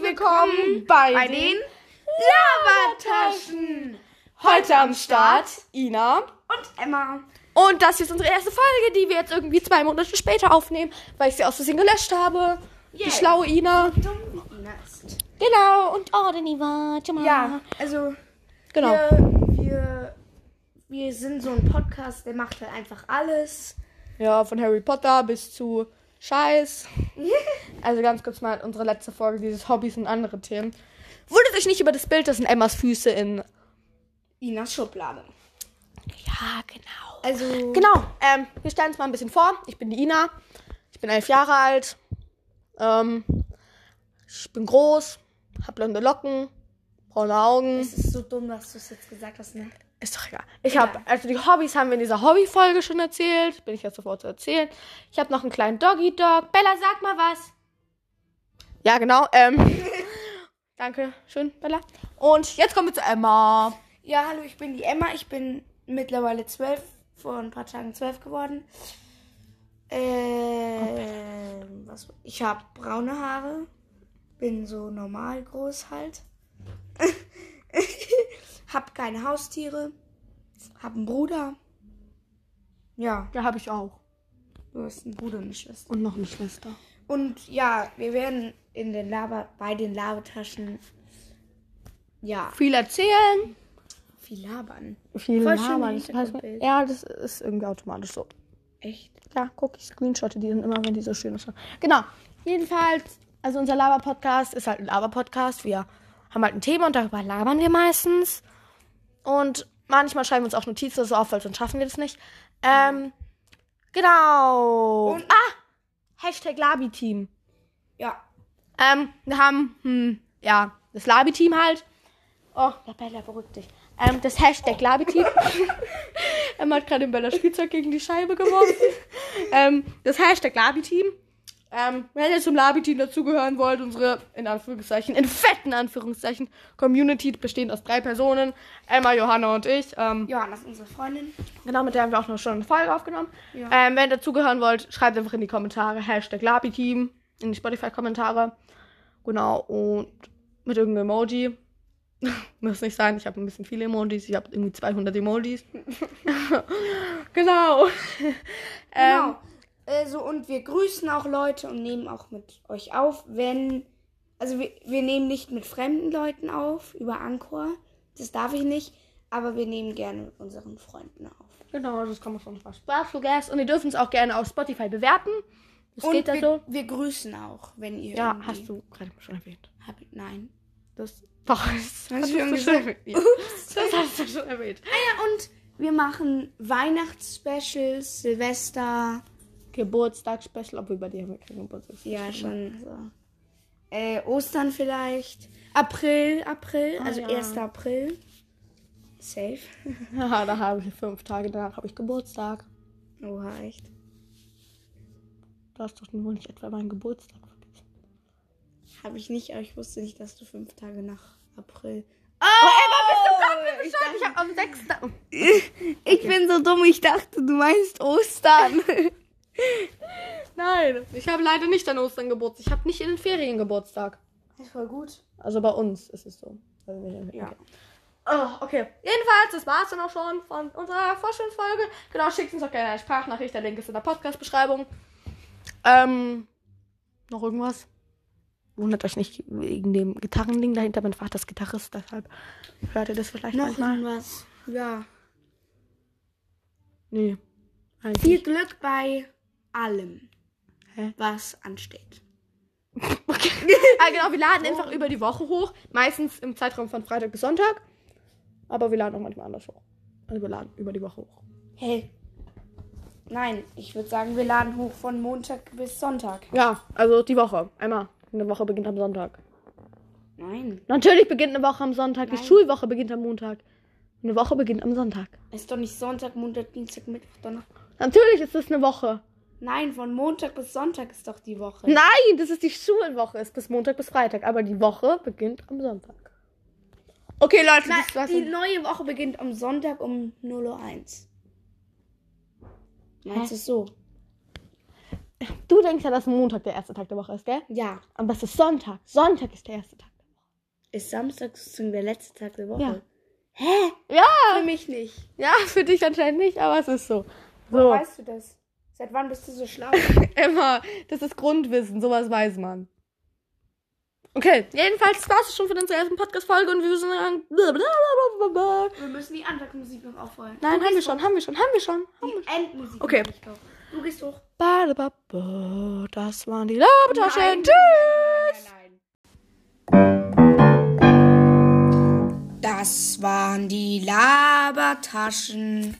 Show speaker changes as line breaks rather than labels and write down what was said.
willkommen bei,
Bei
den,
den
Labertaschen. Heute am Start Ina.
und Emma.
Und das hier ist unsere erste Folge, die wir jetzt irgendwie zwei Monate später aufnehmen, weil ich sie aus Versehen gelöscht habe.
Yay.
Die schlaue Ina.
Dumm wie Ina ist.
Genau, und Ordeni war.
Ja, also
Genau.
wir, wir, wir sind so ein Podcast, der macht halt einfach alles.
Ja, von Harry Potter bis zu Scheiß. Also ganz kurz mal unsere letzte Folge, dieses Hobbys und andere Themen. Wundert euch nicht über das Bild, das sind Emmas Füße in.
Inas Schublade.
Ja, genau.
Also
Genau, ähm, wir stellen uns mal ein bisschen vor. Ich bin die Ina. Ich bin elf Jahre alt. Ähm, ich bin groß, hab blonde Locken, braune Augen.
es ist so dumm, dass du es jetzt gesagt hast, ne?
Ist doch egal. Ich habe, also die Hobbys haben wir in dieser Hobby-Folge schon erzählt. Bin ich jetzt sofort zu erzählen. Ich habe noch einen kleinen Doggy-Dog. Bella, sag mal was. Ja, genau. Ähm, danke schön, Bella. Und jetzt kommen wir zu Emma.
Ja, hallo, ich bin die Emma. Ich bin mittlerweile zwölf, vor ein paar Tagen zwölf geworden. Äh, was, ich habe braune Haare, bin so normal groß halt. hab keine Haustiere, hab einen Bruder. Ja,
Ja, habe ich auch.
du hast einen Bruder und eine Schwester.
Und noch eine Schwester.
Und ja, wir werden in den Laber, bei den Labertaschen, ja,
Viel erzählen.
viel labern.
Viel
Voll schön,
labern.
dieses
Das weiß man-
Bild.
Ja, das ist irgendwie automatisch so.
Echt?
Ja, guck, ich screenshotte die dann immer, wenn die so schön sind. Genau. Jedenfalls, also unser Laber-Podcast ist halt ein Laber-Podcast. Wir haben halt ein Thema und darüber labern wir meistens. Und manchmal schreiben wir uns auch Notizen so auf, weil sonst schaffen wir das nicht. Ähm, genau.
Und-
ah! Hashtag Labi-Team.
Ja,
Ähm, wir haben, hm, ja, das Labi-Team halt. Oh, Labella, beruhig dich. Ähm, das Hashtag Labi-Team. Emma hat gerade den Bella Spielzeug gegen die Scheibe geworfen. ähm, das Hashtag Labi-Team. Ähm, wenn ihr zum Labi-Team dazugehören wollt, unsere, in Anführungszeichen, in fetten Anführungszeichen, Community bestehend aus drei Personen. Emma, Johanna und ich. Ähm,
Johanna ist unsere Freundin.
Genau, mit der haben wir auch noch schon eine Folge aufgenommen.
Ja.
Ähm, wenn ihr dazugehören wollt, schreibt einfach in die Kommentare Hashtag Labi-Team in die Spotify-Kommentare. Genau, und mit irgendeinem Emoji. Muss nicht sein, ich habe ein bisschen viele Emojis. Ich habe irgendwie 200 Emojis. genau. Ähm,
Genau. also, und wir grüßen auch Leute und nehmen auch mit euch auf, wenn. Also, wir, wir nehmen nicht mit fremden Leuten auf über Anchor. Das darf ich nicht. Aber wir nehmen gerne mit unseren Freunden auf.
Genau, das kann man schon fast. Sprachflugast. Und ihr dürft uns auch gerne auf Spotify bewerten. Das
und
geht da
wir,
so.
wir grüßen auch, wenn ihr.
Ja,
irgendwie-
hast du gerade schon erwähnt.
Hab, nein.
Das, doch, das
Hast
hast
du
du
schon
schon erwähnt. Ja. Das hast du schon erwähnt.
Ja, und wir machen Weihnachtsspecials, Silvester.
Geburtstagsspecial, obwohl bei dir haben wir keinen Geburtstag.
Ja, schon so. Äh, Ostern vielleicht. April, April, also
Ah, ja.
1. April. Safe.
Haha, da habe ich fünf Tage danach habe ich Geburtstag.
Oha, echt.
Du hast doch wohl nicht etwa meinen Geburtstag vergessen.
Habe ich nicht, aber ich wusste nicht, dass du fünf Tage nach April. Oh,
Oh, Ich, ich habe am 6.
Ich bin so dumm, ich dachte, du meinst Ostern.
Nein, ich habe leider nicht an Ostern Geburtstag. Ich habe nicht in den Ferien Geburtstag.
ist voll gut.
Also bei uns ist es so. Also nicht in-
Ja.
Okay. Oh, okay. Jedenfalls, das war's dann auch schon von unserer Vorstellungsfolge. Genau, schickt uns auch gerne eine Sprachnachricht. Der Link ist in der Podcast-Beschreibung. Ähm, noch irgendwas? Wundert euch nicht wegen dem Gitarrending dahinter. Mein Vater ist Gitarrist, deshalb hört ihr das vielleicht
Noch
manchmal.
irgendwas. Ja.
Nee. Eigentlich
Viel Glück bei allem,
Hä?
was ansteht.
Okay. ah, genau, wir
Oh.
laden einfach über die Woche hoch. Meistens im Zeitraum von Freitag bis Sonntag. Aber wir laden auch manchmal anders hoch. Also wir laden über die Woche hoch.
Hey. Nein, ich würde sagen, wir laden hoch von Montag bis Sonntag.
Ja, also die Woche. Einmal. Eine Woche beginnt am Sonntag.
Nein.
Natürlich beginnt eine Woche am Sonntag.
Nein.
Die Schulwoche beginnt am Montag. Eine Woche beginnt am Sonntag.
Ist doch nicht Sonntag, Montag, Dienstag, Mittwoch, Donnerstag.
Natürlich ist das eine Woche.
Nein, von Montag bis Sonntag ist doch die Woche.
Nein, das ist die Schulwoche. Ist bis Montag bis Freitag. Aber die Woche beginnt am Sonntag. Okay, Leute,
Na,
das war's.
die
dann.
neue Woche beginnt am Sonntag um 0.01 Uhr. Meinst du es so?
Du denkst ja, dass Montag der erste Tag der Woche ist, gell?
Ja.
Aber es ist Sonntag. Sonntag ist der erste Tag.
Ist Samstag sozusagen der letzte Tag der Woche?
Ja.
Hä?
Ja,
Für mich nicht.
ja, für dich anscheinend nicht, aber es ist so.
Woher
So,
weißt du das? Seit wann bist du so schlau?
immer. Das ist Grundwissen, sowas weiß man. Okay, jedenfalls das war's schon für unsere ersten Podcast-Folge und wir sagen. blablabla.
Wir müssen die Anfangsmusik noch aufholen.
Nein, haben wir schon, haben wir schon, haben wir schon.
Die Endmusik.
Okay.
muss ich noch. Du gehst hoch.
Badababa, Das waren die Labetaschen.
Nein.
Tschüss!
Nein. Das waren die Labertaschen.